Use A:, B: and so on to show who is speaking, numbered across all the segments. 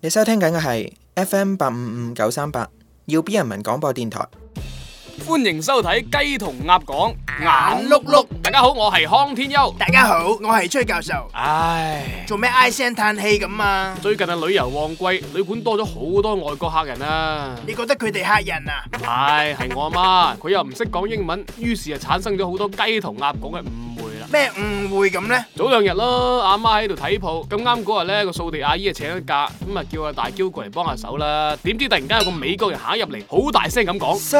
A: 你收聽緊嘅係 FM 八五五九三八，耀 B 人民廣播電台。
B: 歡迎收睇《雞同鴨講
C: 眼碌碌。
B: 大家好，我係康天庥。
C: 大家好，我係崔教授。
B: 唉，
C: 做咩唉聲嘆氣咁啊？
B: 最近啊旅遊旺季，旅館多咗好多外國客人啊。
C: 你覺得佢哋嚇人啊？
B: 唉，係我阿媽，佢又唔識講英文，於是啊產生咗好多雞同鴨講嘅誤會啦。
C: 咩誤會咁呢？
B: 早兩日啦，阿媽喺度睇鋪，咁啱嗰日咧個掃地阿姨啊請咗假，咁啊叫阿大嬌過嚟幫下手啦。點知突然間有個美國人行入嚟，好大聲咁講，
C: So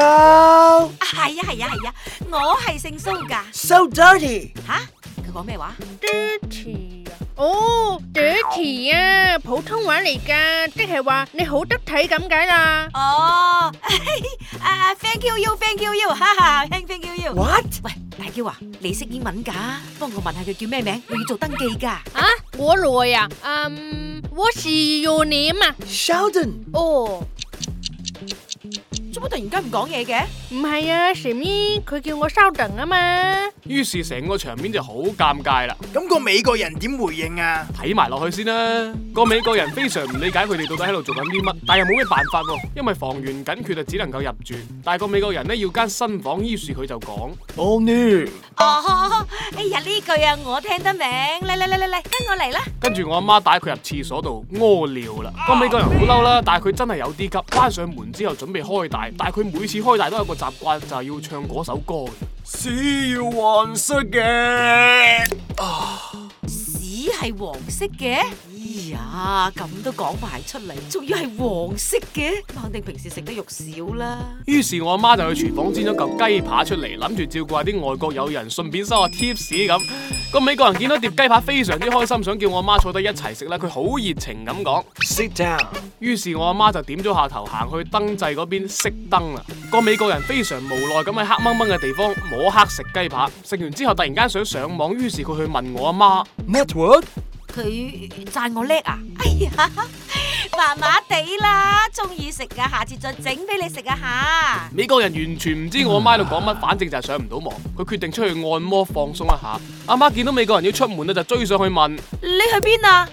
D: 係啊係啊係啊，我係姓蘇噶
C: so dirty。
D: 吓？佢講咩話？
E: dirty 啊？哦，dirty 啊，普通話嚟噶，即係話你好得體咁解啦。
D: 哦， 啊，thank you you，thank you you，哈哈，thank you you。What？喂，大嬌啊，你識英文㗎？幫我問下佢叫咩名，我要做登記㗎。
E: 啊，我來啊，嗯，what's your name 啊？
C: Sheldon，
E: 哦，
D: 做乜突然間唔講嘢嘅？
E: 唔係啊，Sammy，佢叫我 Sheldon 啊嘛。
B: 於是成個場面就好尷尬啦。
C: 咁個美國人點回應啊？
B: 睇埋落去先啦。個美國人非常唔理解佢哋到底喺度做緊啲乜，但又冇咩辦法喎，因為房源緊缺就只能夠入住。但係個美國人呢，要間新房，於是佢就講：
C: Oh no！
D: 哦，哎呀呢句啊，我聽得明。嚟嚟嚟嚟嚟，跟我嚟啦。
B: 跟住我阿媽帶佢入廁所度屙尿啦。個美國人好嬲啦，但係佢真係有啲急，關上門之後準備開大，但係佢每次開大都有個習慣，就係要唱嗰首歌嘅。See you once again。
D: 屎係黃色嘅。哎呀，咁都講埋出嚟，仲要係黃色嘅，肯定平時食得肉少啦。
B: 於是我阿媽就去廚房煎咗嚿雞扒出嚟，諗住照顧下啲外國友人，順便收下 tips 咁。個美國人見到碟雞扒非常之開心，想叫我阿媽坐低一齊食啦。佢好熱情咁講，sit down。於是我阿媽就點咗下頭，行去燈掣嗰邊熄燈啦。個美國人非常無奈咁喺黑掹掹嘅地方摸黑食雞扒，食完之後突然間想上網，於是佢去問我阿媽。
C: Network，
D: 佢讚我叻啊！ 哎呀，麻麻地啦，中意食噶，下次再整俾你食啊吓。
B: 美國人完全唔知我阿媽喺度講乜，反正就係上唔到網。佢決定出去按摩放鬆一下。阿媽見到美國人要出門啦，就追上去問。
D: 你去邊啊？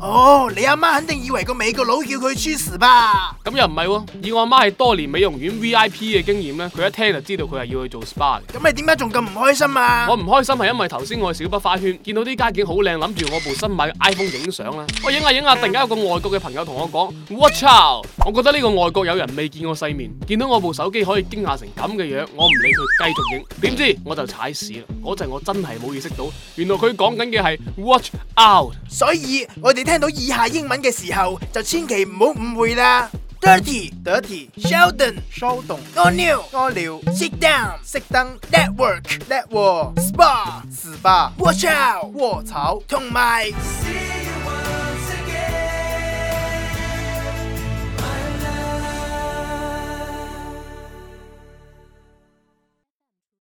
C: 哦，你阿媽肯定以為個美國佬叫佢 cheese 吧？
B: 咁又唔係喎，以我阿媽係多年美容院 V.I.P 嘅經驗咧，佢一聽就知道佢係要去做 SPA 嘅。
C: 咁你點解仲咁唔開心啊
B: 我？唔開心係因為頭先我去小北花圈，見到啲街景好靚，諗住我部新買嘅 iPhone 影相啦。我影下影下，突然間有個外國嘅朋友同我講：Watch out！我覺得呢個外國友人未見過世面，見到我部手機可以驚訝成咁嘅樣，我唔理佢，繼續影。點知我就踩屎啦！嗰陣我真係冇意識到，原來佢講緊嘅係 Watch out！
C: 所以我哋聽到以下英文嘅時候，就千祈唔好誤會啦。Dirty, dirty, Sheldon, Sheldon, 屙尿，屙尿，sit down, 熄燈，network, network, spa, spa, watch out, 卧槽，同埋。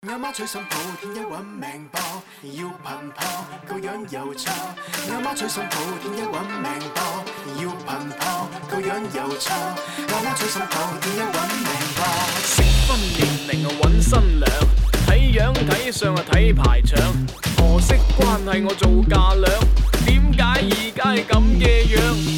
C: 阿媽娶新抱，天一揾命搏，要頻撲個樣又錯。阿媽娶新抱，天一揾命搏，要頻撲個樣又錯。阿媽娶新抱，天一揾命搏。
B: 適婚年齡啊揾新娘，睇樣睇相啊睇排場，婆媳關係我做嫁娘，點解而家係咁嘅樣？